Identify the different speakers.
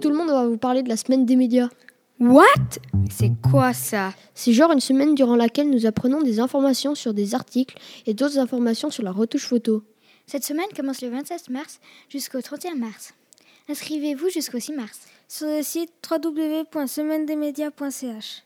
Speaker 1: tout le monde va vous parler de la semaine des médias.
Speaker 2: What C'est quoi ça
Speaker 1: C'est genre une semaine durant laquelle nous apprenons des informations sur des articles et d'autres informations sur la retouche photo.
Speaker 3: Cette semaine commence le 27 mars jusqu'au 31 mars. Inscrivez-vous jusqu'au 6 mars.
Speaker 4: Sur le site www.semainedesmedias.ch.